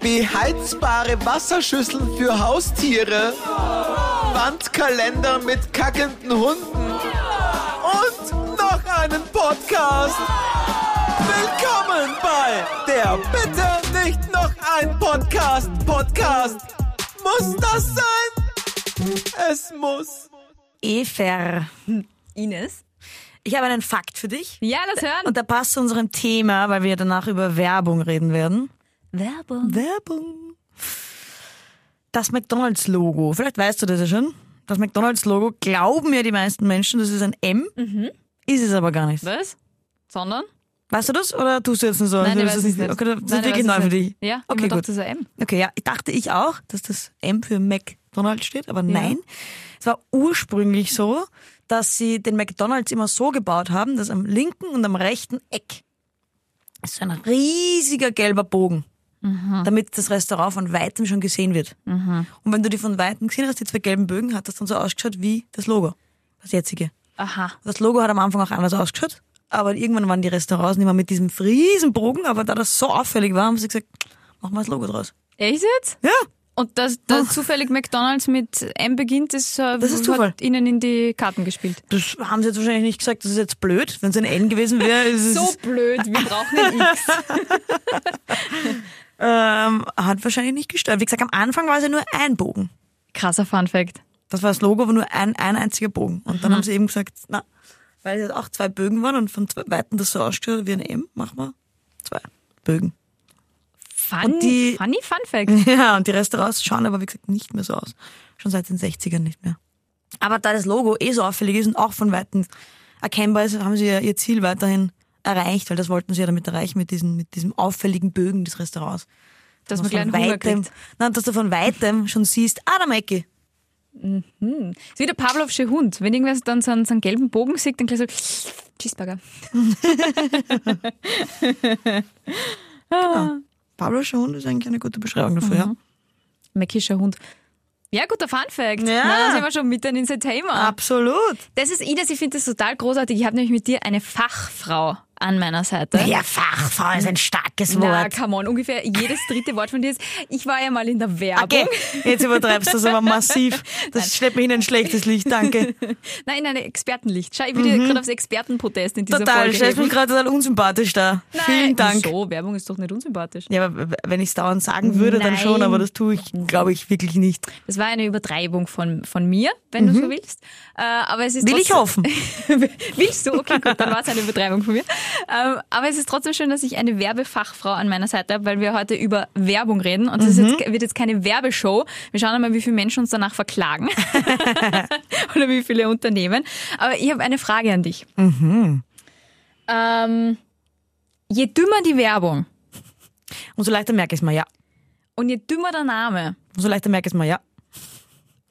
beheizbare Wasserschüsseln für Haustiere, Wandkalender mit kackenden Hunden und noch einen Podcast. Willkommen bei der Bitte nicht noch ein Podcast. Podcast. Muss das sein? Es muss. Efer. Ines? Ich habe einen Fakt für dich. Ja, das hören. Und der passt zu unserem Thema, weil wir danach über Werbung reden werden. Werbung. Werbung. Das McDonalds-Logo. Vielleicht weißt du das ja schon. Das McDonalds-Logo glauben ja die meisten Menschen, das ist ein M. Mhm. Ist es aber gar nicht. Was? Sondern? Weißt du das oder tust du jetzt nur so? Nein, du ich willst Also, weiß das es nicht. Okay, das ist Nein, ich wirklich neu weiß es für dich. nicht. Ja, ich okay, mir gut. dachte, so M. Okay, ja, ich dachte ich auch, dass das M für McDonald's steht, aber nein. Es war ursprünglich so, dass sie den McDonald's immer so gebaut haben, dass am linken und am rechten Eck ist so ein riesiger gelber Bogen, damit das Restaurant von weitem schon gesehen wird. Und wenn du die von weitem gesehen hast, die zwei gelben Bögen, hat das dann so ausgeschaut wie das Logo, das jetzige. Aha. Das Logo hat am Anfang auch anders ausgeschaut, aber irgendwann waren die Restaurants nicht mehr mit diesem Riesenbogen, aber da das so auffällig war, haben sie gesagt, machen wir das Logo draus. Echt jetzt? Ja, Und dass da zufällig McDonalds mit M beginnt, das, äh, Das ist Zufall. hat ihnen in die Karten gespielt. das haben sie jetzt wahrscheinlich nicht gesagt, das ist jetzt blöd. Wenn es ein N gewesen wäre, ist es. So blöd, wir brauchen ein X. Ähm, hat wahrscheinlich nicht gestört. Wie gesagt, am Anfang war es ja nur ein Bogen. Krasser Funfact. Das war das Logo, aber nur ein, ein einziger Bogen. Und dann haben sie eben gesagt, na, weil es auch zwei Bögen waren und von zwei Weiten das so ausgeschaut hat wie ein M, machen wir zwei Bögen. Fun, Und die- funny Funfact. Ja, und die Restaurants schauen aber, wie gesagt, nicht mehr so aus. Schon seit den 60ern nicht mehr. Aber da das Logo eh so auffällig ist und auch von Weitem erkennbar ist, haben sie ja ihr Ziel weiterhin erreicht, weil das wollten sie ja damit erreichen, mit diesen, mit diesem auffälligen Bögen des Restaurants. Dass man Dass gleich man einen Hunger weitem, kriegt. nein, dass du von Weitem schon siehst, ah, der Mäcki. Ist wie der Pavlovsche Hund. Wenn irgendwer dann so einen, so einen gelben Bogen sieht, dann gleich so, Cheeseburger. Pablo Schahund ist eigentlich eine gute Beschreibung dafür, ja. Mhm. Mäckischer Hund. Ja, guter Funfact. Ja. Ah, Na, da sind wir schon mitten in the Thema. Absolut. Das ist Ines, ich finde das total großartig. Ich habe nämlich mit dir eine Fachfrau an meiner Seite. Ja, Fachfrau ist ein starkes Na, Wort. come on, ungefähr jedes dritte Wort von dir ist, ich war ja mal in der Werbung. okay, jetzt übertreibst du es aber massiv. Das schlägt mich in ein schlechtes Licht, danke. Nein, in einem Expertenlicht. Schau, ich bin mhm. gerade aufs Expertenprotest in dieser Total, Folge. stellst mich heben. gerade total unsympathisch da. Nein, Vielen Dank. Wieso? Werbung ist doch nicht unsympathisch. Ja, aber w- wenn ich es dauernd sagen würde, dann schon, Nein. aber das tue ich, glaube ich, wirklich nicht. Das war eine Übertreibung von, von mir, wenn du so willst. Äh, aber es ist Mhm. Will ich trotzdem- hoffen. Willst du? Okay, gut, dann war es eine Übertreibung von mir. Ähm, aber es ist trotzdem schön, dass ich eine Werbefachfrau an meiner Seite habe, weil wir heute über Werbung reden. Und das Mhm. ist jetzt, wird jetzt keine Werbeshow. Wir schauen einmal, wie viele Menschen uns danach verklagen. Oder wie viele Unternehmen. Aber ich habe eine Frage an dich. Mhm. Ähm, je dümmer die Werbung Umso leichter merke ich es mal, ja. und je dümmer der Name, Umso leichter merke ich es mal, ja.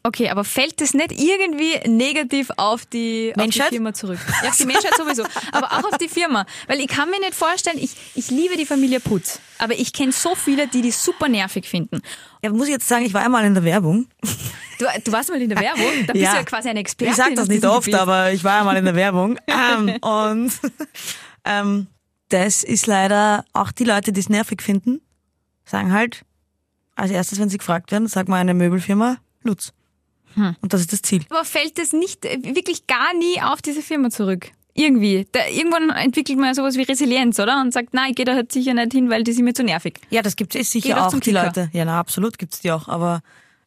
Okay, aber fällt das nicht irgendwie negativ auf die, auf die Menschheit? Firma zurück? Ja, auf die Menschheit sowieso, aber auch auf die Firma. Weil ich kann mir nicht vorstellen, ich, ich liebe die Familie Putz, aber ich kenne so viele, die die super nervig finden. Ja, muss ich jetzt sagen, ich war einmal in der Werbung. Du, du warst mal in der Werbung, da bist Ja. du ja quasi eine Expertin. Ich sag das auf nicht diesem oft, Gebiet. aber ich war einmal in der Werbung. Ähm, und ähm, das ist leider auch die Leute, die es nervig finden, sagen halt, als erstes, wenn sie gefragt werden, sag mal eine Möbelfirma, Lutz. Und das ist das Ziel. Aber fällt das nicht äh, wirklich gar nie auf diese Firma zurück? Irgendwie. Da, irgendwann entwickelt man ja sowas wie Resilienz, oder? Und sagt, nein, ich gehe da halt sicher nicht hin, weil die sind mir zu nervig. Ja, das gibt es sicher Geh doch auch, zum die Kicker. Leute. Ja, na, absolut gibt's die auch, aber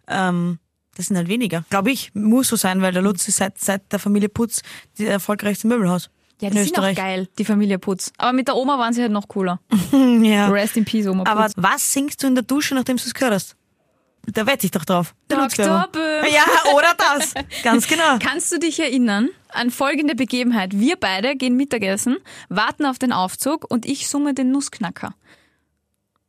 ähm, das sind halt weniger. Glaube ich, muss so sein, weil der Lutz ist seit, seit der Familie Putz das erfolgreichste Möbelhaus Ja, in die sind auch Österreich. geil, die Familie Putz. Aber mit der Oma waren sie halt noch cooler. Ja. Rest in Peace, Oma Putz. Aber was singst du in der Dusche, nachdem du es gehört hast? Da wette ich doch drauf. Der Dr. Lutz-Werbung. Böhm. Ja, oder das. Ganz genau. Kannst du dich erinnern an folgende Begebenheit? Wir beide gehen Mittagessen, warten auf den Aufzug und ich summe den Nussknacker.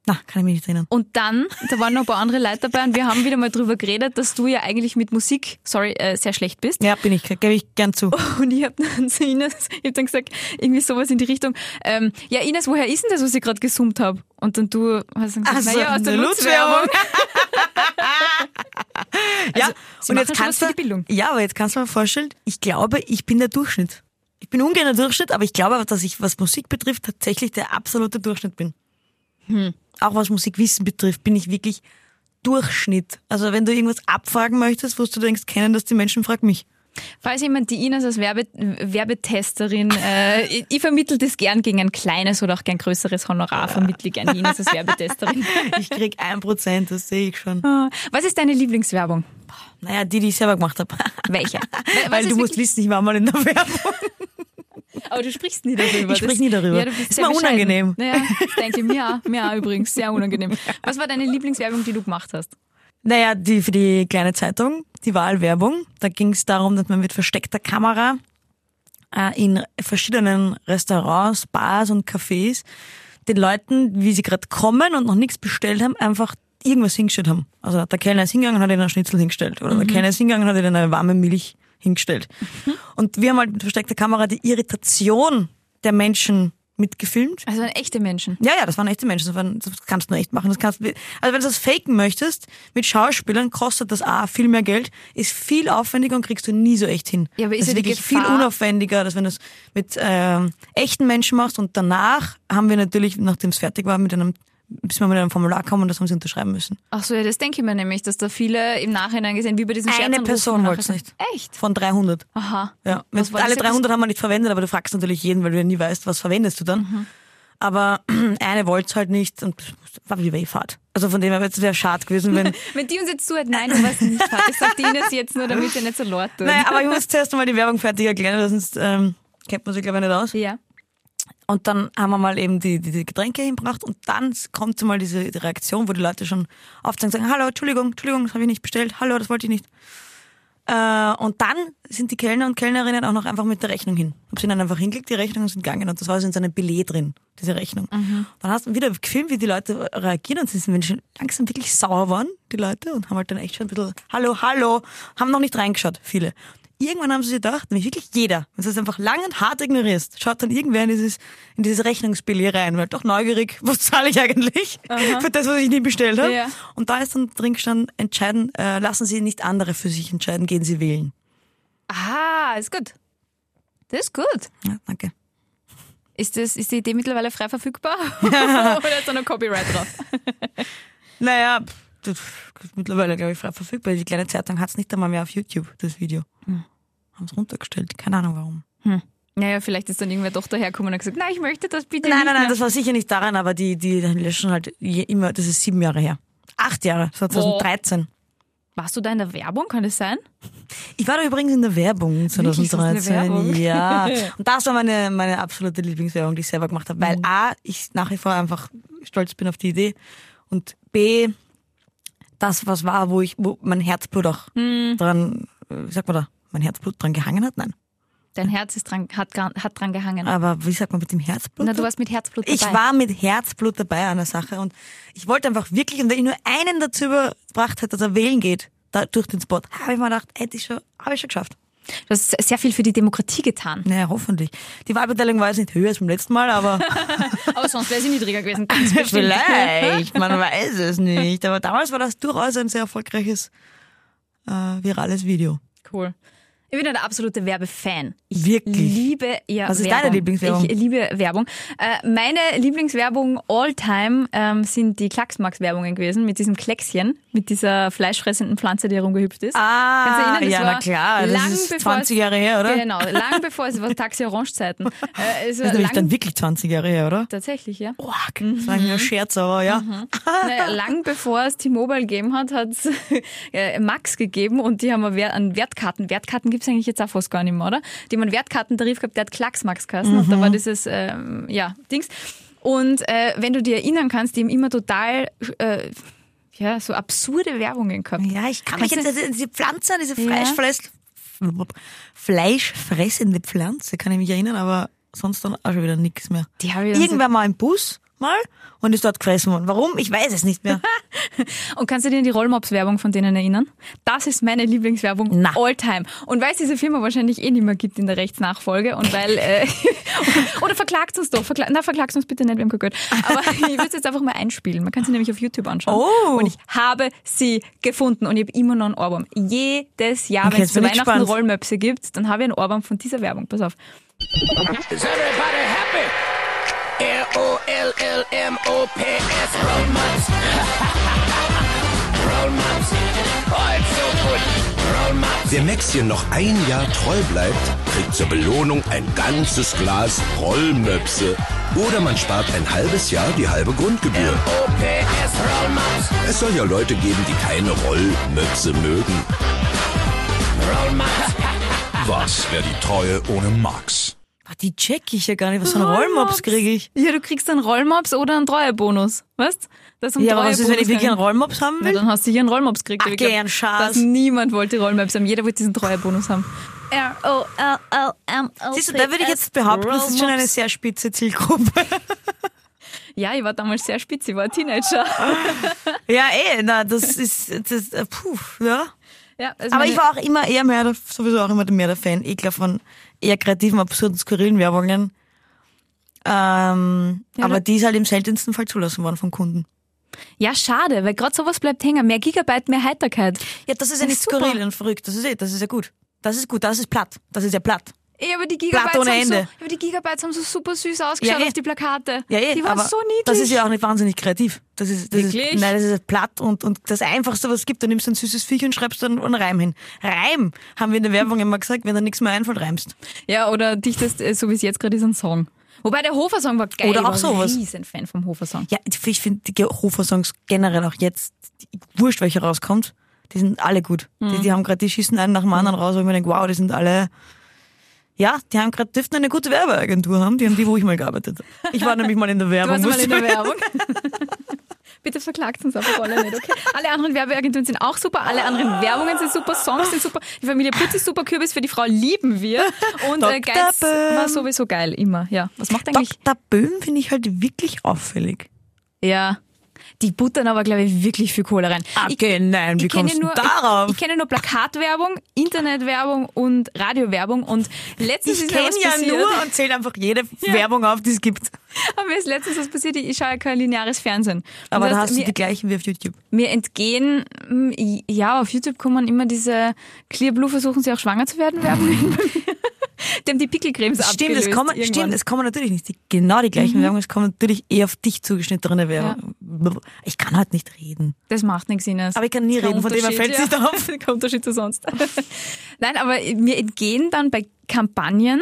Na, kann ich mich nicht erinnern. Und dann, da waren noch ein paar andere Leute dabei und wir haben wieder mal drüber geredet, dass du ja eigentlich mit Musik, sorry, äh, sehr schlecht bist. Ja, bin ich, gebe ich gern zu. Und ich habe dann zu Ines, ich hab dann gesagt, irgendwie sowas in die Richtung, ähm, ja Ines, woher ist denn das, was ich gerade gesummt habe? Und dann du hast dann gesagt, Also, naja, aus der eine Lutz-Werbung. ja, also, Sie machen schon was für die Bildung. Ja, aber jetzt kannst du mir vorstellen, ich glaube, ich bin der Durchschnitt. Ich bin Hm. ungern der Durchschnitt, aber ich glaube, dass ich, was Musik betrifft, tatsächlich der absolute Durchschnitt bin. auch was Musikwissen betrifft, bin ich wirklich Durchschnitt. Also wenn du irgendwas abfragen möchtest, wo du denkst, kennen das die Menschen, frag mich. Falls jemand die Ines als Werbe Werbetesterin, äh, ich, ich vermittle das gern gegen ein kleines oder auch gern größeres Honorar, vermittle ich gern die Ines als Werbetesterin. Ah, Ich krieg ein Prozent, das sehe ich schon. Was ist deine Lieblingswerbung? Naja, die, die ich selber gemacht habe. Welche? Weil du musst wissen, ich war mal in der Werbung. Aber Oh, du sprichst nie darüber. Ich sprich nie darüber. Ja, du bist Ist sehr mir bescheiden. unangenehm. Ja, das denke ich mir auch. Mir auch übrigens. Sehr unangenehm. Was war deine Lieblingswerbung, die du gemacht hast? Naja, die für die kleine Zeitung, die Wahlwerbung. Da ging es darum, dass man mit versteckter Kamera äh, in verschiedenen Restaurants, Bars und Cafés den Leuten, wie sie gerade kommen und noch nichts bestellt haben, einfach irgendwas hingestellt haben. Also der Kellner ist hingegangen und hat ihnen einen Schnitzel hingestellt. Oder der Kellner ist hingegangen und hat ihnen eine warme Milch hingestellt. Und wir haben halt mit versteckter Kamera die Irritation der Menschen mitgefilmt. Also echte Menschen. Ja, ja, das waren echte Menschen. Das, waren, das kannst du nur echt machen. Das kannst, du- also wenn du das faken möchtest, mit Schauspielern kostet das A viel mehr Geld, ist viel aufwendiger und kriegst du nie so echt hin. Ja, aber ist das ist ja die wirklich viel Gefahr- unaufwendiger, dass wenn du es mit ähm, echten Menschen machst und danach haben wir natürlich, nachdem es fertig war, mit einem, bis wir mit einem Formular kommen und das haben sie unterschreiben müssen. Ach so, ja, das denke ich mir nämlich, dass da viele im Nachhinein gesehen, wie bei diesem Scherz Eine anrufen Person und wollte's nachher nicht. sagen, Echt? Von 300. Aha. Ja, mit- Was war das alle jetzt? 300 haben wir nicht verwendet, aber du fragst natürlich jeden, weil du ja nie weißt, was verwendest du dann. Mhm. Aber eine wollte halt nicht und war wie Wayfahrt. Also von dem her wäre es schade gewesen, wenn. Wenn die uns jetzt zuhört, nein, du weißt nicht. Fahrt. Ich sag die Ines jetzt nur, damit ihr nicht so laut tut. naja, aber ich muss zuerst einmal die Werbung fertig erklären, weil sonst ähm, kennt man sich, glaube ich, nicht aus. Ja. Und dann haben wir mal eben die, die, die Getränke hingebracht und dann kommt so mal diese die Reaktion, wo die Leute schon aufzeigen und sagen, hallo, Entschuldigung, Entschuldigung, das habe ich nicht bestellt, hallo, das wollte ich nicht. Äh, und dann sind die Kellner und Kellnerinnen auch noch einfach mit der Rechnung hin. Haben sie dann einfach hingelegt, die Rechnung und sind gegangen. Und das war so in seinem Billet drin, diese Rechnung. Dann hast du wieder gefilmt, wie die Leute reagieren und sie sind Menschen langsam wirklich sauer waren, die Leute, und haben halt dann echt schon ein bisschen, hallo, hallo, haben noch nicht reingeschaut, viele. Irgendwann haben sie sich gedacht, nämlich wirklich jeder, wenn du das einfach lang und hart ignorierst, schaut dann irgendwer in dieses, in dieses Rechnungsbillet rein, weil doch neugierig, was zahle ich eigentlich für das, was ich nie bestellt habe. Ja. Und da ist dann drin gestanden, entscheiden, äh, lassen Sie nicht andere für sich entscheiden, gehen Sie wählen. Ah, ist gut. Das ist gut. Ja, danke. Ist, das, ist die Idee mittlerweile frei verfügbar? Oder ist da noch Copyright drauf? Naja, pff, das ist mittlerweile, glaube ich, frei verfügbar. Die kleine Zeitung hat es nicht einmal mehr auf YouTube, das Video. Haben es Hm. runtergestellt, keine Ahnung warum. Naja, vielleicht ist dann irgendwer doch dahergekommen und hat gesagt, nein, ich möchte das bitte Nein, nicht nein, mehr. nein, das war sicher nicht daran, aber die, die löschen halt je, immer, das ist sieben Jahre her. Acht Jahre, das war 2013. Warst du da in der Werbung? Kann das sein? Ich war da übrigens in der Werbung Wirklich, 2013. warst du in der Werbung? Ja. Und das war meine, meine absolute Lieblingswerbung, die ich selber gemacht habe. Weil Mhm. A, ich nach wie vor einfach stolz bin auf die Idee. Und B, das, was war, wo ich, wo mein Herzblut auch Mhm. dran, äh, wie sagt man da, mein Herzblut dran gehangen hat? Nein. Dein Herz ist dran, hat, gra- hat dran gehangen. Aber wie sagt man mit dem Herzblut? Na, du warst mit Herzblut dabei. ich war mit Herzblut dabei an der Sache und ich wollte einfach wirklich, und wenn ich nur einen dazu überbracht hätte, dass er wählen geht, da durch den Spot, habe ich mir gedacht, hätte ich schon, habe ich schon geschafft. Du hast sehr viel für die Demokratie getan. Naja, hoffentlich. Die Wahlbeteiligung war jetzt nicht höher als beim letzten Mal, aber Aber sonst wäre sie niedriger gewesen. Ganz bestimmt. vielleicht, man weiß es nicht. Aber damals war das durchaus ein sehr erfolgreiches äh, virales Video. Cool. Ich bin ja der absolute Werbefan. Ich Wirklich? liebe ja Was ist Werbung. deine Lieblingswerbung? Ich liebe Werbung. Äh, meine Lieblingswerbung all time ähm, sind die Klacksmax-Werbungen gewesen mit diesem Kleckschen, mit dieser fleischfressenden Pflanze, die herumgehüpft ist. Ah, Kannst du erinnern, das ja, war na klar, das lang ist bevor 20 es- Jahre her, oder? Genau, lang bevor es war Taxi Orange Zeiten. Äh, es war ne? Das ist nämlich lang, dann wirklich 20 Jahre her, oder? tatsächlich, ja. Boah, mhm. das war eigentlich ein Scherz, aber ja. Naja, Ne, lang bevor es T-Mobile gegeben hat, hat es Max gegeben und die haben einen Wert- einen Wertkarten. Wertkarten gibt es eigentlich jetzt auch fast gar nicht mehr, oder? Die haben einen Wertkartentarif gehabt, der hat Klacks-Max geheißen und da war dieses, ähm, ja, Dings. Und äh, wenn du dir erinnern kannst, die haben immer total, äh, ja, so absurde Werbungen gehabt. Ja, ich kann mich Kannst jetzt du- also diese Pflanze, diese Ja. Fleischfress fleischfressende Pflanze, kann ich mich erinnern, aber sonst dann auch schon wieder nichts mehr. Die habe ich dann so- Irgendwann mal im Bus mal und ist dort gefressen worden. Warum? Ich weiß es nicht mehr. Und kannst du dir an die Rollmops-Werbung von denen erinnern? Das ist meine Lieblingswerbung Na. all time. Und weil es diese Firma wahrscheinlich eh nicht mehr gibt in der Rechtsnachfolge und weil... Äh, oder verklagt uns doch. Verkla na, verklagt uns bitte nicht, wir haben kein Geld. Aber ich würde es jetzt einfach mal einspielen. Man kann sie nämlich auf YouTube anschauen. Oh. Und ich habe sie gefunden und ich habe immer noch einen Ohrwurm. Jedes Jahr, Okay, wenn es jetzt zu bin ich Weihnachten gespannt. Rollmöpse gibt, dann habe ich einen Ohrwurm von dieser Werbung. Pass auf. Is everybody happy? L O O-L-L-M-O-P-S. Rollmops. Rollmops. Halt so gut. Rollmops. Wer Maxchen noch ein Jahr treu bleibt, kriegt zur Belohnung ein ganzes Glas Rollmöpse. Oder man spart ein halbes Jahr die halbe Grundgebühr. O-P-S. Rollmops. Es soll ja Leute geben, die keine Rollmöpse mögen. Rollmops. Was wäre die Treue ohne Max? Ah, Die check ich ja gar nicht. Was für einen Rollmops kriege ich? Ja, du kriegst einen Rollmops oder einen Treuebonus. Weißt du? Ja, aber was ist, wenn ich wirklich einen Rollmops haben Na, will? dann hast du hier einen Rollmops gekriegt. Ach, Aber ich geh, glaub, ein Schatz. Dass niemand wollte Rollmops haben. Jeder wollte diesen Treuebonus haben. R-O-L-L-M-O. Siehst du, da würde ich jetzt behaupten, das ist schon eine sehr spitze Zielgruppe. Ja, ich war damals sehr spitz, ich war Teenager. Ja, eh, na, das ist, das, äh, puh, ja. Ja, also Aber meine- ich war auch immer eher mehr, der, sowieso auch immer mehr der Fan, ich glaube, von eher kreativen, absurden, skurrilen Werbungen. Ähm, Ja, aber du- die ist halt im seltensten Fall zulassen worden vom Kunden. Ja, schade, weil gerade sowas bleibt hängen. Mehr Gigabyte, mehr Heiterkeit. Ja, das ist ja Das nicht ist super. skurril und verrückt, das ist eh, das ist ja gut. Das ist gut, das ist platt. Das ist ja platt. Ja, aber die Blatt Gigabytes, ohne haben so, Ende. aber die Gigabytes haben so super süß ausgeschaut Ja, eh. auf die Plakate. Ja, eh, die waren aber so niedlich. Das ist ja auch nicht wahnsinnig kreativ. Das ist, das ist, Wirklich? nein, das ist platt und, und das Einfachste, was es gibt, du nimmst ein süßes Viech und schreibst dann einen Reim hin. Reim, haben wir in der Werbung immer gesagt, wenn dir nichts mehr einfällt, reimst. Ja, oder dichtest, äh, so wie es jetzt gerade ist, ein Song. Wobei der Hofer-Song war geil. Oder auch ich war sowas. ein Riesenfan vom Hofer-Song. Ja, ich finde die Hofer-Songs generell auch jetzt, die- wurscht, welcher rauskommt, die sind alle gut. Mhm. Die, die haben gerade, die schießen einen nach dem anderen raus, wo ich mir denke, wow, die sind alle, ja, die haben gerade, dürften eine gute Werbeagentur haben, die haben die, wo ich mal gearbeitet habe. Ich war nämlich mal in der Du Werbung. warst mal in der musst du- Werbung. Bitte verklagt uns aber alle nicht, okay? Alle anderen Werbeagenturen sind auch super, alle anderen Werbungen sind super, Songs sind super, die Familie Putz ist super, Kürbis für die Frau lieben wir und Dr. äh, Geiz Böhm. war sowieso geil, immer, ja. Was macht eigentlich? Dr. Böhm finde ich halt wirklich auffällig. Ja. Die buttern aber, glaube ich, wirklich viel Kohle rein. Ich- Okay, nein, Ah, wie ich kenne kommst du nur, darauf? Ich, ich kenne nur Plakatwerbung, Internetwerbung und Radiowerbung. Und letztens Ich ist mir kenne was ja passiert. nur und zähle einfach jede Werbung auf, die es gibt. Aber mir ist letztens was passiert. Ich schaue ja kein lineares Fernsehen. Und Aber da das- hast du mir, die gleichen wie auf YouTube. mir entgehen, mm, ja, auf YouTube kommen immer diese Clear Blue versuchen sie auch schwanger zu werden Werbung. die haben die Pickelcremes Stimmt abgelöst es, kommen, irgendwann. Mhm. stimmt, es kommen natürlich nicht die, genau die gleichen Werbungen, es kommen natürlich eher auf dich zugeschnittene Werbung. Ich kann halt nicht reden. Das macht nichts, Ines. Aber ich kann nie Kein reden, von dem her Unterschied, fällt es nicht auf. Kein Unterschied zu sonst. Nein, aber mir entgehen dann bei Kampagnen,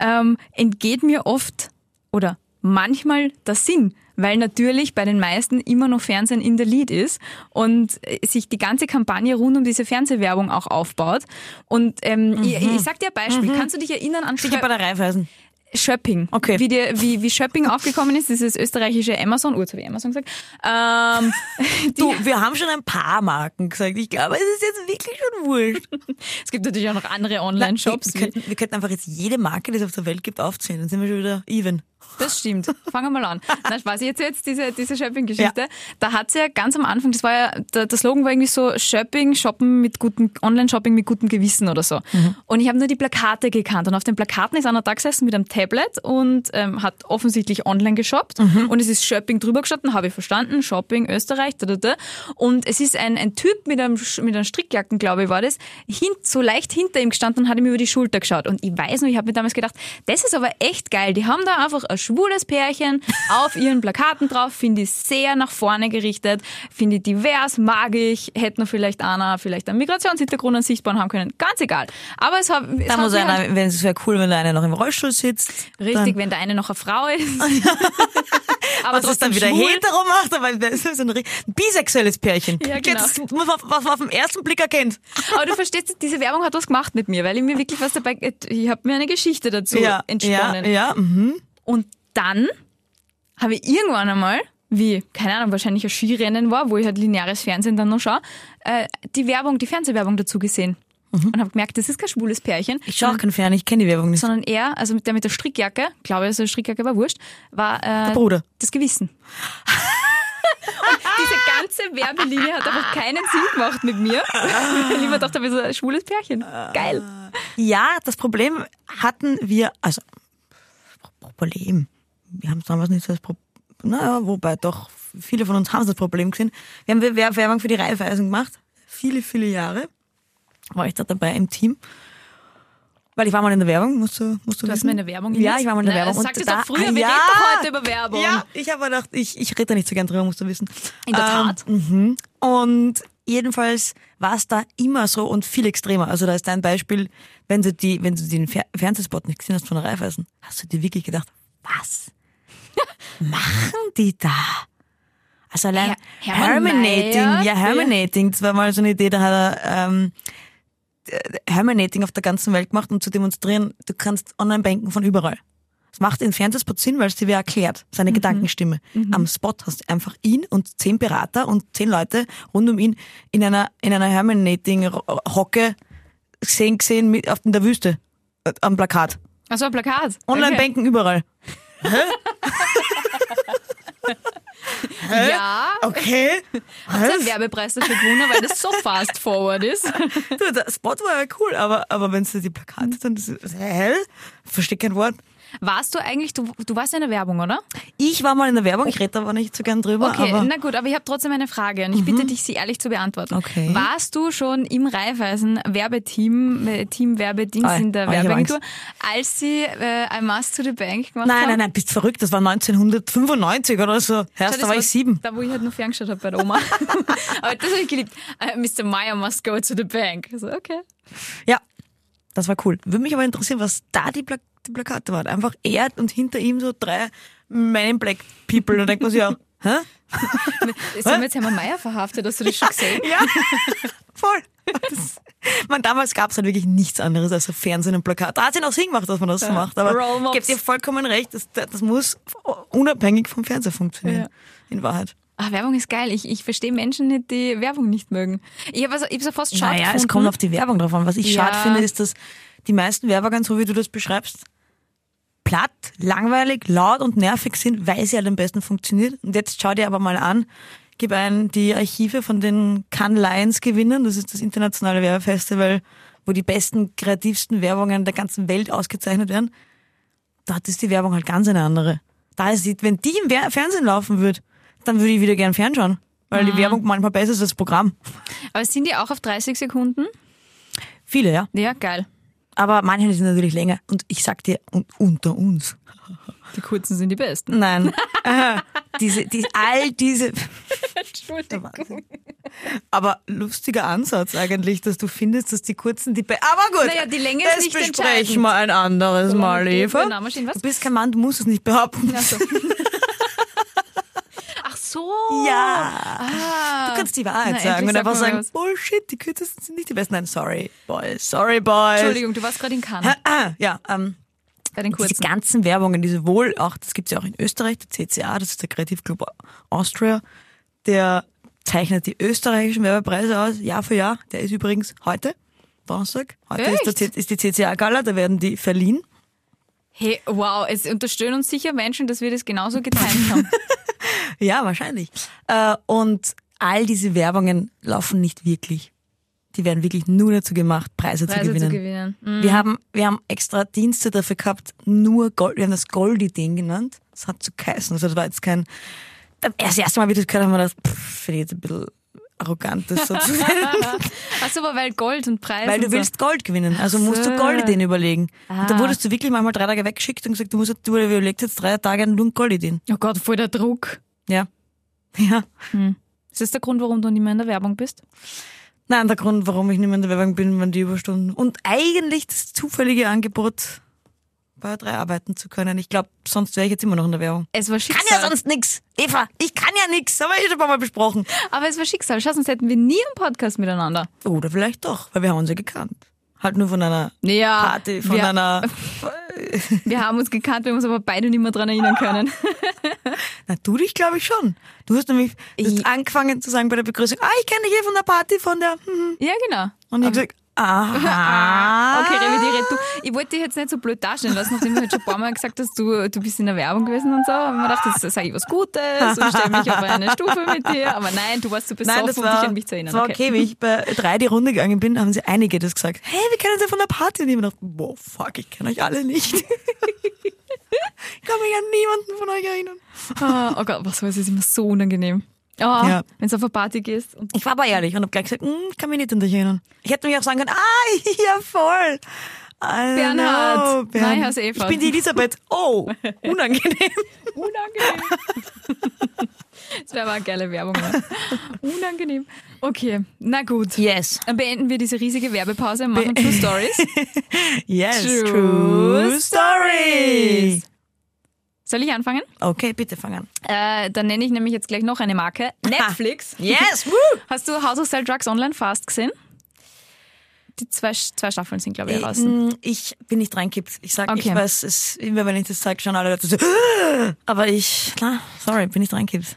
ähm, entgeht mir oft oder manchmal der Sinn, weil natürlich bei den meisten immer noch Fernsehen in der Lead ist und äh, sich die ganze Kampagne rund um diese Fernsehwerbung auch aufbaut. Und ähm, ich, ich sag dir ein Beispiel. Kannst du dich erinnern an Mhm. Ich Schrö- habe bei der Reifeisen. Shopping. Okay. Wie, die, wie, wie Shopping aufgekommen ist, dieses österreichische Amazon, oh, jetzt habe ich Amazon gesagt. Ähm, Du, wir haben schon ein paar Marken gesagt. Ich glaube, es ist jetzt wirklich schon wurscht. es gibt natürlich auch noch andere Online-Shops. Wir könnten, wir könnten einfach jetzt jede Marke, die es auf der Welt gibt, aufzählen. Dann sind wir schon wieder even. Das stimmt. Fangen wir mal an. Na, Spaß. Jetzt, jetzt diese, diese Shopping-Geschichte. Ja. Da hat's ja ganz am Anfang, das war ja, der, der Slogan war irgendwie so Shopping, Shoppen mit gutem, Online-Shopping mit gutem Gewissen oder so. Und ich habe nur die Plakate gekannt. Und auf den Plakaten ist einer da gesessen mit einem Tablet und ähm, hat offensichtlich online geshoppt. Und es ist Shopping drüber gestanden, habe ich verstanden. Shopping, Österreich, da, da, da. Und es ist ein, ein Typ mit einem, Sch- mit einem Strickjacken, glaube ich, war das, hin, so leicht hinter ihm gestanden und hat ihm über die Schulter geschaut. Und ich weiß noch, ich habe mir damals gedacht, das ist aber echt geil. Die haben da einfach ein schwules Pärchen auf ihren Plakaten drauf, finde ich sehr nach vorne gerichtet, finde ich divers, mag ich, hätte noch vielleicht einer, vielleicht einen Migrationshintergrund und sichtbaren haben können. Ganz egal. Aber es hat, es Da hat muss mich halt- einer, wenn es wäre cool, wenn da einer noch im Rollstuhl sitzt. Richtig, wenn der eine noch eine Frau ist. aber was es trotzdem dann wieder schwul. hetero macht, aber das ist so ein ri- ein bisexuelles Pärchen. Ja, genau. Das muss man, was man auf den ersten Blick erkennt. Aber du verstehst, diese Werbung hat was gemacht mit mir, weil ich mir wirklich was dabei, ich habe mir eine Geschichte dazu ja, entsponnen. ja. mhm. Und dann habe ich irgendwann einmal, wie, keine Ahnung, wahrscheinlich ein Skirennen war, wo ich halt lineares Fernsehen dann noch schaue, äh, die Werbung, die Fernsehwerbung dazu gesehen. Mhm. Und habe gemerkt, das ist kein schwules Pärchen, Ich schaue auch keinen Fern, ich kenne die Werbung nicht. sondern er, also mit der mit der Strickjacke, glaube ich, also Strickjacke war wurscht, war äh, Bruder. das Gewissen. Und diese ganze Werbelinie hat einfach keinen Sinn gemacht mit mir. Weil ich mir dachte, wir so ein schwules Pärchen. Ah. Geil. Ja, das Problem hatten wir, also Pro- Problem. Wir haben es damals nicht so als Problem. Naja, wobei doch, viele von uns haben das Problem gesehen. Wir haben Wer- Werbung für die Reifeisen gemacht. Viele, viele Jahre war ich da dabei im Team. Weil ich war mal in der Werbung, musst du, musst du, wissen. Du hast mir eine Werbung Ja, ich war mal in der Na, Werbung. und Sag das da- Ah, doch früher, wir ja, reden doch heute über Werbung. Ja, ich habe gedacht, ich, ich rede da nicht so gern drüber, musst du wissen. In der Tat. Mhm. Und jedenfalls war es da immer so und viel extremer. Also da ist ein Beispiel, wenn du, die, wenn du den Fer Fernsehspot nicht gesehen hast von Raiffeisen, hast du dir wirklich gedacht, was machen die da? Also allein Her- Hermann Herminating, Mayer? ja Herminating, das war mal so eine Idee, da hat er ähm, äh, Herminating auf der ganzen Welt gemacht, um zu demonstrieren, du kannst online banken von überall. Das macht den Fernsehspot Sinn, weil es dir wer erklärt, Mhm. seine Gedankenstimme. Am Spot hast du einfach ihn und zehn Berater und zehn Leute rund um ihn in einer, in einer Herminating-Hocke gesehen, gesehen mit, auf, in der Wüste, äh, am Plakat. Achso, ein Plakat. okay. Online-Banken überall. Ja, Okay. hat einen Werbepreis dafür gewonnen, weil das so fast forward ist. Du, der Spot war ja cool, aber, aber wenn du die Plakate dann, das ist, hä? Verstehe kein Wort. Warst du eigentlich, du, du warst ja in der Werbung, oder? Ich war mal in der Werbung, ich rede aber nicht so gern drüber, Okay, aber Mhm. na gut, aber ich habe trotzdem eine Frage und ich bitte dich, sie ehrlich zu beantworten. Okay. Warst du schon im Raiffeisen Werbeteam, äh, Team Werbedienst Oh, in der oh, ich hab Werbeagentur, als sie äh, I Must to the Bank gemacht haben? nein, nein, nein, bist verrückt, das war 1995 oder so. Schau, Herrst, das da war ich sieben. Da, wo ich halt nur ferngeschaut habe bei der Oma. aber das habe ich geliebt. Äh, Mr. Meyer must go to the bank. So, okay. Ja, das war cool. Würde mich aber interessieren, was da die, Pla die Plakate waren. Einfach er und hinter ihm so drei Men in Black People. Und dann denkt man sich auch, hä? Sie haben jetzt Hermann Meyer verhaftet, hast du das schon gesehen? Ja, voll. Das, man, damals gab es halt wirklich nichts anderes als so Fernsehen und Plakat. Da hat sie noch Sinn gemacht, dass man das so macht. Roll Aber Mops. ich gebe dir vollkommen recht, das, das muss unabhängig vom Fernseher funktionieren. In Wahrheit. Ach, Werbung ist geil. Ich, ich verstehe Menschen nicht, die Werbung nicht mögen. Ich habe also, ich hab's ja fast schade naja, gefunden. es kommt auf die Werbung drauf an. Was ich Ja. schade finde, ist, dass die meisten Werbeagenturen, so wie du das beschreibst, platt, langweilig, laut und nervig sind, weil sie halt am besten funktioniert. Und jetzt schau dir aber mal an, gib ein die Archive von den Cannes Lions Gewinnern, das ist das internationale Werbefestival, wo die besten, kreativsten Werbungen der ganzen Welt ausgezeichnet werden. Dort ist die Werbung halt ganz eine andere. Da ist die, wenn die im Wer- Fernsehen laufen würde, dann würde ich wieder gern fernschauen. Weil die Werbung manchmal besser ist als das Programm. Aber sind die auch auf 30 Sekunden? Viele, ja. Ja, geil. Aber manche sind natürlich länger. Und ich sag dir, und unter uns. Die kurzen sind die besten. Nein. Aha. diese, die, all diese. Entschuldigung. Aber lustiger Ansatz eigentlich, dass du findest, dass die kurzen die. Be aber gut. Naja, die Länge ist das nicht besprechen wir ein anderes Mal, die Eva. Übernahme stehen, was? Du bist kein Mann, du musst es nicht behaupten. Ach so. Ach so. Ja. Ah. Du kannst die Na, Wahrheit endlich sagen und sagt einfach man mal sagen, was. Bullshit, die kürzesten sind nicht die besten. Nein, sorry, boys. Sorry, boys. Entschuldigung, du warst gerade in Cannes Ah, ja, ähm, bei den Diese kurzen. ganzen Werbungen, diese wohl auch, das gibt's ja auch in Österreich, der CCA, das ist der Kreativclub Austria, der zeichnet die österreichischen Werbepreise aus, Jahr für Jahr. Der ist übrigens heute, Donnerstag. Heute ist, der, Echt? C- ist die CCA-Gala, da werden die verliehen. Hey, wow, es unterstützen uns sicher Menschen, dass wir das genauso getimt haben. Ja, wahrscheinlich. Äh, und all diese Werbungen laufen nicht wirklich. Die werden wirklich nur dazu gemacht, Preise, Preise zu gewinnen. Mhm. Wir haben, wir haben extra Dienste dafür gehabt, nur Gold, wir haben das Goldie-Ding genannt. Das hat zu geheißen. Also das war jetzt kein, das erste Mal, wie ich das gehört habe, haben wir gedacht, pff, finde ich jetzt ein bisschen arrogant, das so zu nennen. Ach so, aber weil Gold und Preis. Weil und du willst Gold gewinnen, also musst du so. Goldideen überlegen. Und da Ah. wurdest du wirklich manchmal drei Tage weggeschickt und gesagt, du musst, du überlegst jetzt drei Tage nur Goldideen. So. Oh Gott, voll der Druck. Ja. Ja. Ist das der Grund, warum du nicht mehr in der Werbung bist? Nein, der Grund, warum ich nicht mehr in der Werbung bin, waren die Überstunden. Und eigentlich das zufällige Angebot, bei drei arbeiten zu können. Ich glaube, sonst wäre ich jetzt immer noch in der Werbung. Es war Schicksal. kann ja sonst nix. Eva, ich kann ja nix. Haben wir eh schon ein paar Mal besprochen. Aber es war Schicksal. Schau, sonst hätten wir nie einen Podcast miteinander. Oder vielleicht doch, weil wir haben uns ja gekannt. Halt nur von einer Ja, Party, von Ah, wir, einer... wir haben uns gekannt, wir haben uns aber beide nicht mehr dran erinnern können. Na, du dich glaube ich schon. Du hast nämlich du hast Ich- angefangen zu sagen bei der Begrüßung, ah, ich kenne dich eh von der Party, von der... mhm." ja, genau. Und ich hab gesagt, aha. Okay, revidiere du. Ich wollte dich jetzt nicht so blöd darstellen lassen, nachdem du halt schon ein paar Mal gesagt hast, du, du bist in der Werbung gewesen und so. Hab ich mir gedacht, jetzt sage ich was Gutes und stelle mich auf eine Stufe mit dir. Aber nein, du warst zu besoffen, Nein, das um war, dich an mich zu erinnern. das war okay. Wie ich bei drei die Runde gegangen bin, haben sie einige das gesagt. Hey, wir kennen uns ja von der Party. Und ich hab mir gedacht, wow, fuck, ich kenne euch alle nicht. ich kann mich an niemanden von euch erinnern. Ah, Oh Gott, was war es ist immer so unangenehm. Oh, Ja. Wenn du auf eine Party gehst. Und Ich war aber ehrlich und habe gleich gesagt, "Hm, ich kann mich nicht an dich erinnern. Ich hätte mich auch sagen können, ah, ja voll. I Bernhard, know, Bernhard. Neuhaus Eva. Ich bin die Elisabeth. Oh, unangenehm. Unangenehm. das wäre aber eine geile Werbung. Ja. Unangenehm. Okay, na gut. Yes. Dann beenden wir diese riesige Werbepause und machen True Stories. Yes, True true, Stories. story. Soll ich anfangen? Okay, bitte fang an. Äh, dann nenne ich nämlich jetzt gleich noch eine Marke. Netflix. Yes, woo! Hast du House of Sell Drugs Online Fast gesehen? Die zwei, zwei Staffeln sind, Äh, glaube ich, raus. mm, Ich bin nicht reingekippt. Ich sag, Okay. ich weiß, es, immer wenn ich das sage, schon alle dazu so, "Ah!" aber ich, na, sorry, bin nicht reingekippt.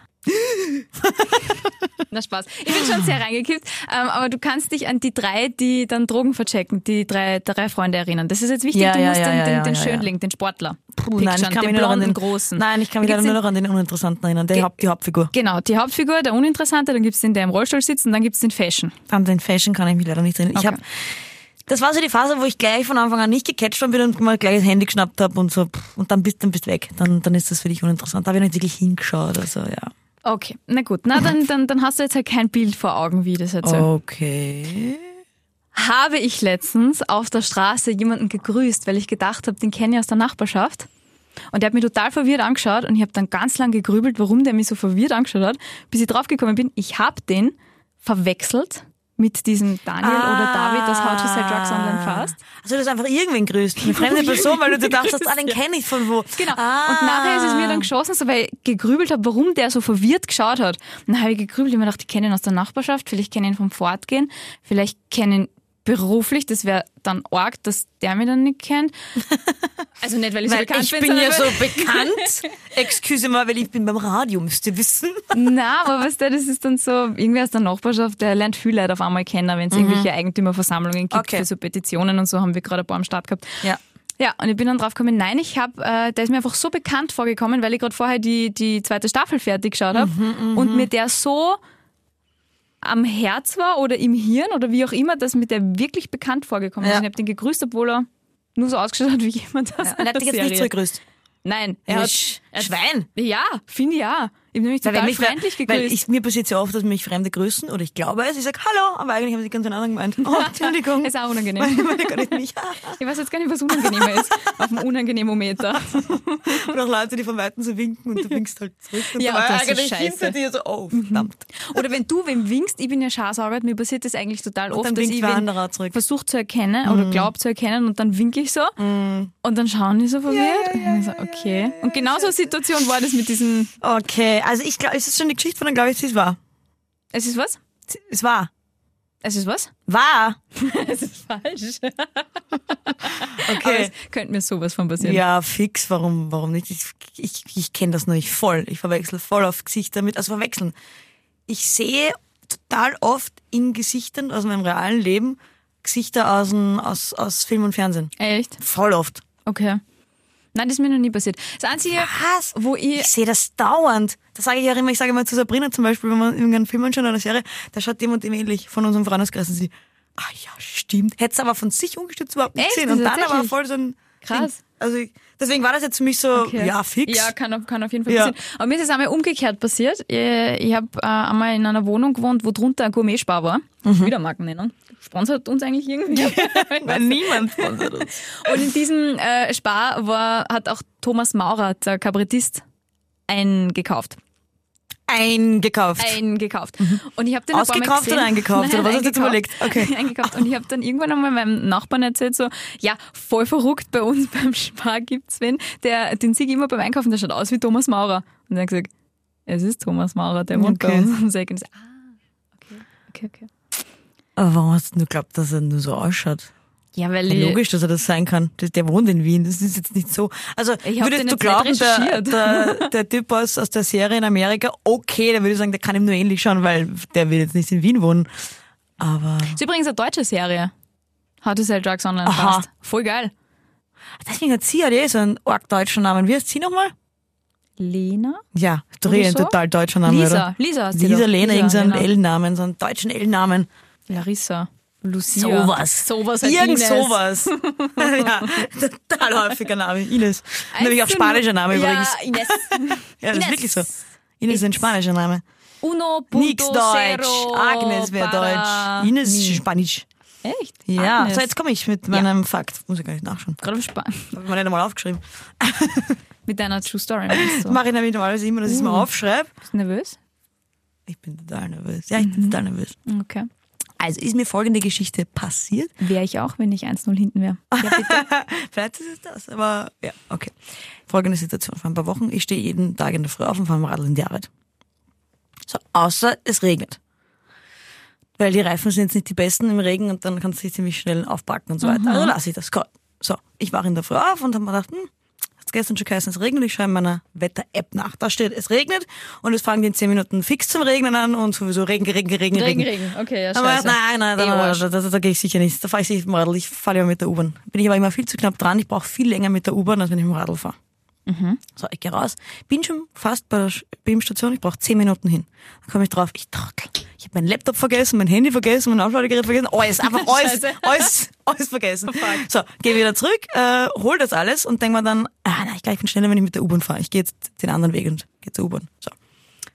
Na Spaß. Ich bin schon sehr reingekippt, ähm, aber du kannst dich an die drei, die dann Drogen verchecken, die drei, drei Freunde erinnern. Das ist jetzt wichtig, Ja, du ja, musst ja, den, ja, den, ja, den ja, Schönling, den Sportler. Puh, nein, ich picturen, kann mich den nur noch an den blonden Großen. Nein, ich kann mich Da gibt's leider nur den- noch an den Uninteressanten erinnern, der Haupt, die Hauptfigur. Genau, die Hauptfigur, der Uninteressante, dann gibt's den, der im Rollstuhl sitzt und dann gibt's den Fashion. An den Fashion kann ich mich leider nicht erinnern. Ich Okay. hab, das war so die Phase, wo ich gleich von Anfang an nicht gecatcht worden bin und mal gleich das Handy geschnappt habe und so, pff, und dann bist, dann bist weg. Dann, dann ist das für dich uninteressant. Da habe ich nicht wirklich hingeschaut, also ja. Okay, na gut. Na, dann, dann, dann hast du jetzt halt kein Bild vor Augen, wie ich das Oh. erzählt. Okay. Habe ich letztens auf der Straße jemanden gegrüßt, weil ich gedacht habe, den kenne ich aus der Nachbarschaft. Und der hat mich total verwirrt angeschaut und ich habe dann ganz lang gegrübelt, warum der mich so verwirrt angeschaut hat, bis ich draufgekommen bin, ich habe den verwechselt mit diesem Daniel oder David, das How to Sell Drugs Online Fast. Also du hast einfach irgendwen grüßt, eine fremde Person, weil du dir dachtest, ah, den kenne ich von wo. Genau. Ah. Und nachher ist es mir dann geschossen, so, weil ich gegrübelt habe, warum der so verwirrt geschaut hat. Und dann habe ich gegrübelt, ich mir gedacht, ich kenne ihn aus der Nachbarschaft, vielleicht kenne ich ihn vom Fortgehen, vielleicht kenne ich ihn beruflich, das wäre dann arg, dass der mich dann nicht kennt. Also nicht, weil ich so Weil bekannt ich bin, bin sondern ja so weil- bekannt. Excuse mal, weil ich bin beim Radio, müsst ihr wissen. Na, aber weißt du, das ist dann so, irgendwer aus der Nachbarschaft, der lernt viel Leute auf einmal kennen, wenn es irgendwelche Eigentümerversammlungen gibt Okay. für so Petitionen und so, haben wir gerade ein paar am Start gehabt. Ja. Ja, und ich bin dann drauf gekommen, nein, ich habe, äh, der ist mir einfach so bekannt vorgekommen, weil ich gerade vorher die, die zweite Staffel fertig geschaut habe Mhm, und mir der so am Herz war oder im Hirn oder wie auch immer, dass mir der wirklich bekannt vorgekommen ist. Ja. Und ich habe den gegrüßt, obwohl er nur so ausgeschaut hat wie jemand aus Und er einer hat dich jetzt Serie. nicht zurückgrüßt. Nein, Ja, er hat, Sch- er hat- Schwein. Ja, finde ich ja. Ich bin nämlich Weil wenn total mich, freundlich weil, gegrüßt. weil ich, mir passiert ja oft, dass mich Fremde grüßen oder ich glaube es. Ich sage Hallo, aber eigentlich haben sie ganz einen anderen gemeint. Oh, Entschuldigung. Ist auch Meine- unangenehm. meine kann ich nicht. Ich weiß jetzt gar nicht, was unangenehmer ist. Auf dem Unangenemometer. Oder auch Leute, die von Weitem so winken und du winkst halt zurück. Und Ja, dabei das ist eigentlich scheiße. hinter dir so, oh, verdammt. Oder wenn du wem winkst, ich bin ja Scharsauger, mir passiert das eigentlich total oft, dann dass winkt ich wer wen anderer zurück. Mm. versuche zu erkennen oder glaub zu erkennen und dann winke ich so und dann schauen die so verwirrt. und ich so, okay. und genau so eine Situation war das mit diesem, Okay, also ich glaube, es ist schon die Geschichte, von dann glaube ich, sie ist wahr. es ist was? Sie- Es war. Es ist was? War. Es ist falsch. Aber es Okay. könnte mir sowas von passieren. Ja, fix, warum, warum nicht? Ich, ich, ich kenne das nur nicht voll. Ich verwechsel voll auf Gesichter mit, also verwechseln. Ich sehe total oft in Gesichtern aus meinem realen Leben Gesichter aus, dem- aus, aus Film und Fernsehen. Echt? Voll oft. Okay. Nein, das ist mir noch nie passiert. Das Einzige, Was? wo ich Ich sehe das dauernd. Das sage ich ja immer, ich sage immer zu Sabrina zum Beispiel, wenn man irgendeinen Film anschaut oder eine Serie, da schaut jemand dem ähnlich von unserem Freundeskreis und sie, ah ja, stimmt. Hätte es aber von sich ungestützt überhaupt nicht Echt? gesehen. Und Also dann aber tatsächlich? voll so ein Krass. Ding. Also ich, deswegen war das jetzt für mich so, Okay. ja, fix. Ja, kann, auf- kann auf jeden Fall Ja. passieren. Aber mir ist es einmal umgekehrt passiert. Ich, ich habe äh, einmal in einer Wohnung gewohnt, wo drunter ein Gourmet-Spar war. Mhm. Wieder Marken nennen. Sponsert uns eigentlich irgendwie. Weil niemand sponsert uns. Und in diesem äh, Spar war, hat auch Thomas Maurer, der Kabarettist, eingekauft. Eingekauft. Eingekauft. Und ich habe den ein paar Mal Mhm. Ausgekauft gesehen. oder eingekauft? Nein, oder was hast du jetzt eingekauft. überlegt? Okay. eingekauft. Und ich habe dann irgendwann einmal meinem Nachbarn erzählt, so, ja, voll verrückt, bei uns beim Spar gibt's wen, der, den sehe ich immer beim Einkaufen, der schaut aus wie Thomas Maurer. Und er hat gesagt, es ist Thomas Maurer, der wohnt bei Okay. uns am Seck. Und ich so, ah, okay, okay, okay. Aber warum hast du nur geglaubt, dass er nur so ausschaut? Ja, weil Ja, ich- logisch, dass er das sein kann. Der- Der wohnt in Wien. Das ist jetzt nicht so. Also Ich hab den würdest du jetzt nicht glauben, der, recherchiert. der, der Typ aus, aus der Serie in Amerika, okay, dann würde ich sagen, der kann ihm nur ähnlich schauen, weil der will jetzt nicht in Wien wohnen. Aber ist übrigens eine deutsche Serie. How to Sell Drugs Online Aha. Fast. Voll geil. deswegen hat sie ja eh so einen arg deutschen Namen. Wie heißt sie nochmal? Lena? Ja, Doreen, so? total deutscher Name, Lisa. oder? Lisa. genau. hast du Lisa doch. Lena, irgendeinen Lena. L-Namen, so einen deutschen L-Namen. Larissa. Lucia. Sowas. Sowas. halt Irgend Ines. sowas. ja, total häufiger Name. Ines. Nämlich auch Also, spanischer Name ja, übrigens. Ines. Ja, das Ines. ist wirklich so. Ines ist ein spanischer Name. Uno punto Nix Deutsch. cero Agnes wäre para Deutsch. Ines mí. ist Spanisch. Echt? Ja, Agnes. so jetzt komme ich mit meinem Fakt. Muss ich gar nicht nachschauen. Gerade auf Spanien. Habe ich mir nicht einmal aufgeschrieben. Mit deiner True Story. meinst Das du? mache ich nämlich normalerweise immer, dass ich es mir aufschreibe. Bist du nervös? Ich bin total nervös. Ja, ich bin total nervös. Okay. Also ist mir folgende Geschichte passiert. Wäre ich auch, wenn ich 1-0 hinten wäre. Vielleicht ist es das, aber ja, okay. Folgende Situation. Vor ein paar Wochen, ich stehe jeden Tag in der Früh auf und fahre mit dem Radl in die Arbeit. So, außer es regnet. Weil die Reifen sind jetzt nicht die besten im Regen und dann kannst du dich ziemlich schnell aufpacken und so Mhm. weiter. Also lasse ich das. Cool. So, ich wache in der Früh auf und habe mir gedacht, hm, hat's gestern schon geheißen, es regnet. Ich schaue in meiner Wetter-App nach. Da steht, es regnet und es fangen in 10 Minuten fix zum Regnen an und sowieso Regen, Regen, Regen, Regen. Regen, Regen. Okay, ja, Aber scheiße. nein, nein, nein, Eh nein, Arsch. da, da, da gehe ich sicher nicht. Da fahre ich sicher mit dem Radl. Ich fahre lieber mit der U-Bahn. Bin ich aber immer viel zu knapp dran. Ich brauche viel länger mit der U-Bahn, als wenn ich mit dem Radl fahre. So, ich gehe raus. Bin schon fast bei der Sch- BIM-Station. Ich brauche zehn Minuten hin. Dann komme ich drauf. Ich trottel. Ich habe meinen Laptop vergessen, mein Handy vergessen, mein Aufladegerät vergessen. Alles, einfach alles, Scheiße. alles, alles vergessen. So, gehe wieder zurück, äh, hol das alles und denke mir dann, ah, na, ich glaube, ich bin schneller, wenn ich mit der U-Bahn fahre. Ich gehe jetzt den anderen Weg und gehe zur U-Bahn. So,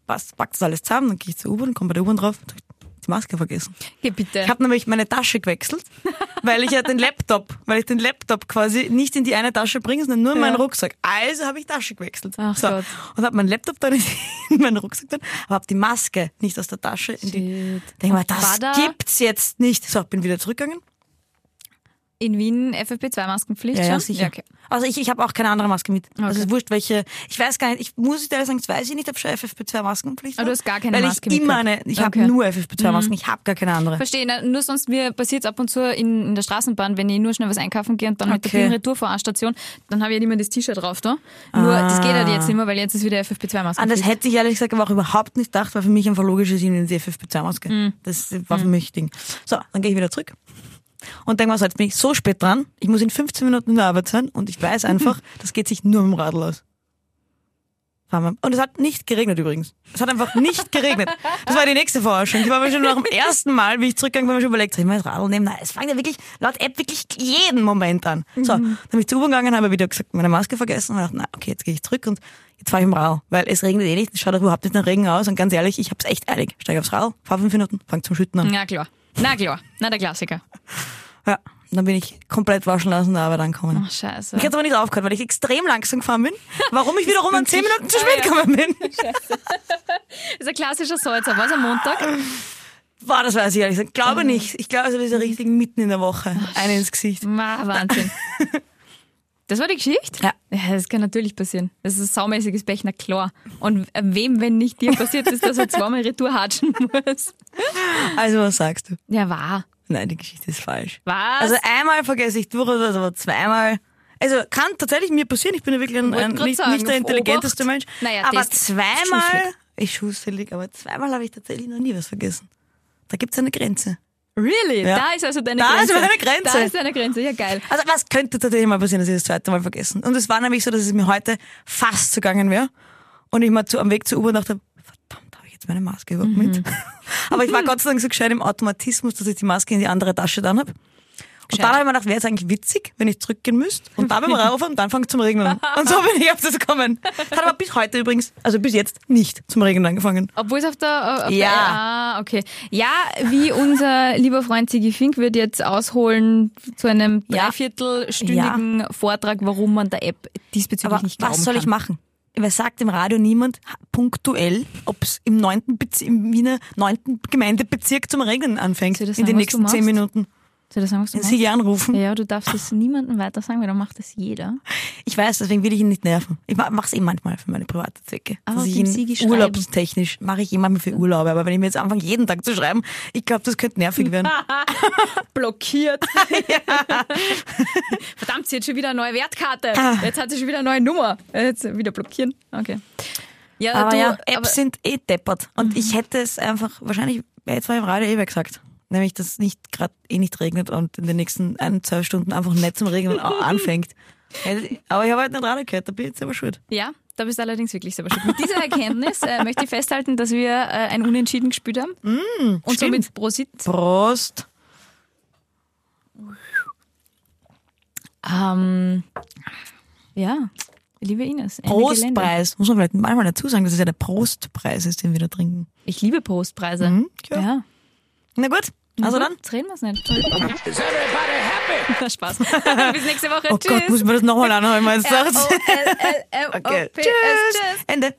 passt, pack das alles zusammen, dann gehe ich zur U-Bahn, komme bei der U-Bahn drauf, die Maske vergessen. Geh bitte. Ich habe nämlich meine Tasche gewechselt, weil ich ja den Laptop, weil ich den Laptop quasi nicht in die eine Tasche bringe, sondern nur in meinen Ja. Rucksack. Also habe ich Tasche gewechselt. Ach so. Gott. Und habe meinen Laptop dann in meinen Rucksack dann, aber habe die Maske nicht aus der Tasche in die. Shit. Denk mal, Und das war da- gibt's jetzt nicht. So, bin wieder zurückgegangen. In Wien FFP2-Maskenpflicht schon? Ja, okay. Also ich, ich habe auch keine andere Maske mit. Also Okay. es ist wurscht, welche. Ich weiß gar nicht, ich muss ich ehrlich sagen, das weiß ich nicht, ob schon FFP2-Maskenpflicht Ah, du hast gar keine weil Maske ich immer eine, mitgehabt. ich habe Okay. Mhm. nur FFP2-Masken, ich habe gar keine andere. Verstehe, na, nur sonst mir passiert es ab und zu in, in der Straßenbahn, wenn ich nur schnell was einkaufen gehe und dann mit der Okay. Bienen Retour vor einer Station, dann habe ich ja immer das T-Shirt drauf da. Nur das geht halt jetzt nicht mehr, weil jetzt ist wieder FFP2-Maske. An das hätte ich ehrlich gesagt aber auch überhaupt nicht gedacht, weil für mich einfach logisch ist, ich nehme die FFP2-Maske. Das war für mich Ding. So, dann gehe ich wieder zurück und denke mir so, jetzt bin ich so spät dran, ich muss in 15 Minuten in der Arbeit sein und ich weiß einfach, das geht sich nur mit dem Radl aus. Fahren wir- Und es hat nicht geregnet übrigens. Es hat einfach nicht geregnet. Das war die nächste Forschung. Ich war mir schon nach dem ersten Mal, wie ich zurückgegangen bin, mir schon überlegt, soll ich mal das Radl nehmen? Nein, es fängt ja wirklich laut App wirklich jeden Moment an. So, dann bin ich zur U-Bahn gegangen, habe wieder gesagt, meine Maske vergessen und dachte, na okay, jetzt gehe ich zurück und jetzt fahre ich im Radl, weil es regnet eh nicht, es schaut auch überhaupt nicht nach Regen aus und ganz ehrlich, ich habe es echt eilig. Steige aufs Radl, fahre fünf Minuten, fang zum Schütten an. Na klar. Na klar. Na der Klassiker. Ja, und dann bin ich komplett waschen lassen und der Arbeit angekommen. Ach, scheiße. Ich hätte aber nicht aufgehört, weil ich extrem langsam gefahren bin. Warum ich wiederum an zehn Minuten zu spät gekommen bin. ist ein klassischer Salzer. Was am Montag? Boah, das weiß ich ehrlich gesagt. Glaube Genau. nicht. Ich glaube, es ist Mhm. ja richtig mitten in der Woche. Eine ins Gesicht. Ma, Wahnsinn. Das war die Geschichte? Ja. Das kann natürlich passieren. Das ist ein saumäßiges Pech, na klar. Und wem, wenn nicht dir passiert ist, dass er zweimal Retour hatschen muss? Also, was sagst du? Ja, wahr. Nein, die Geschichte ist falsch. Was? Also, einmal vergesse ich durchaus, also, aber zweimal. Also, kann tatsächlich mir passieren. Ich bin ja wirklich ein, Wollte ein grad nicht, sagen, nicht der auf intelligenteste Obacht. Mensch. Naja, aber das ist zweimal, schusselig. ich schusselig, aber zweimal habe ich tatsächlich noch nie was vergessen. Da gibt's eine Grenze. really? Ja. Da ist also deine Da ist Grenze. meine Grenze. Da ist deine Grenze, ja geil. Also was könnte tatsächlich mal passieren, dass ich das zweite Mal vergessen? Und es war nämlich so, dass es mir heute fast zugangen wäre und ich mal zu, am Weg zur U-Bahn dachte, verdammt, habe ich jetzt meine Maske überhaupt mit? Aber ich war Gott sei Dank so gescheit im Automatismus, dass ich die Maske in die andere Tasche dann habe. Und dann habe ich mir gedacht, wäre es eigentlich witzig, wenn ich zurückgehen müsste und da bin ich rauf und dann fängt es zum Regnen an. Und so bin ich auf das gekommen. Hat aber bis heute übrigens, also bis jetzt nicht zum Regnen angefangen. Obwohl es auf der... Ja. Auf Der, ah, okay. Ja, wie unser lieber Freund Sigi Fink wird jetzt ausholen zu einem Ja. dreiviertelstündigen Vortrag, warum man der App diesbezüglich Aber nicht glauben was soll kann. ich machen? Wer sagt im Radio niemand ha- punktuell, ob es im, neunten Bez- im Wiener 9. Gemeindebezirk zum Regnen anfängt Soll ich das in den sagen, was du nächsten zehn machst? Minuten? Soll ich das sagen, was du Wenn Sie hier anrufen. Ja, du darfst es niemandem weiter sagen, weil dann macht das jeder. Ich weiß, deswegen will ich ihn nicht nerven. Ich mache es eh manchmal für meine private Zwecke. Aber Dass auf ich dem ihn Ah, Sigi schreiben. urlaubstechnisch mache ich eh manchmal für Urlaube. Aber wenn ich mir jetzt anfange, jeden Tag zu schreiben, ich glaube, das könnte nervig werden. Blockiert. Verdammt, sie hat schon wieder eine neue Wertkarte. Ah. Jetzt hat sie schon wieder eine neue Nummer. Jetzt wieder blockieren. Okay. Ja, Äh, Aber du, ja, Apps aber- sind eh deppert. Und ich hätte es einfach, wahrscheinlich, wäre jetzt war im Radio eh wer gesagt. Nämlich, dass es nicht gerade eh nicht regnet und in den nächsten ein, zwei Stunden einfach nicht zum Regnen a- anfängt. Hätte- Aber ich habe halt nicht Radio gehört, da bin ich jetzt selber schuld. ja, da bist du allerdings wirklich selber schuld. Mit dieser Erkenntnis äh, möchte ich festhalten, dass wir äh, ein Unentschieden gespielt haben. Mm, Und somit Prosit. Prost! Ähm, ja, liebe Ines. Ende Gelände. Prostpreis! Muss man vielleicht manchmal dazu sagen, dass es ja der Prostpreis ist, den wir da trinken. Ich liebe Postpreise. Mhm, klar. ja. Na gut, Also dann, Jetzt reden wir es nicht. Na, Spaß. Bis nächste Woche. oh Tschüss. Gott, muss ich mir das nochmal anhören, meinst du? R O L L M O P S. Okay. oh. Tschüss. Tschüss. Ende.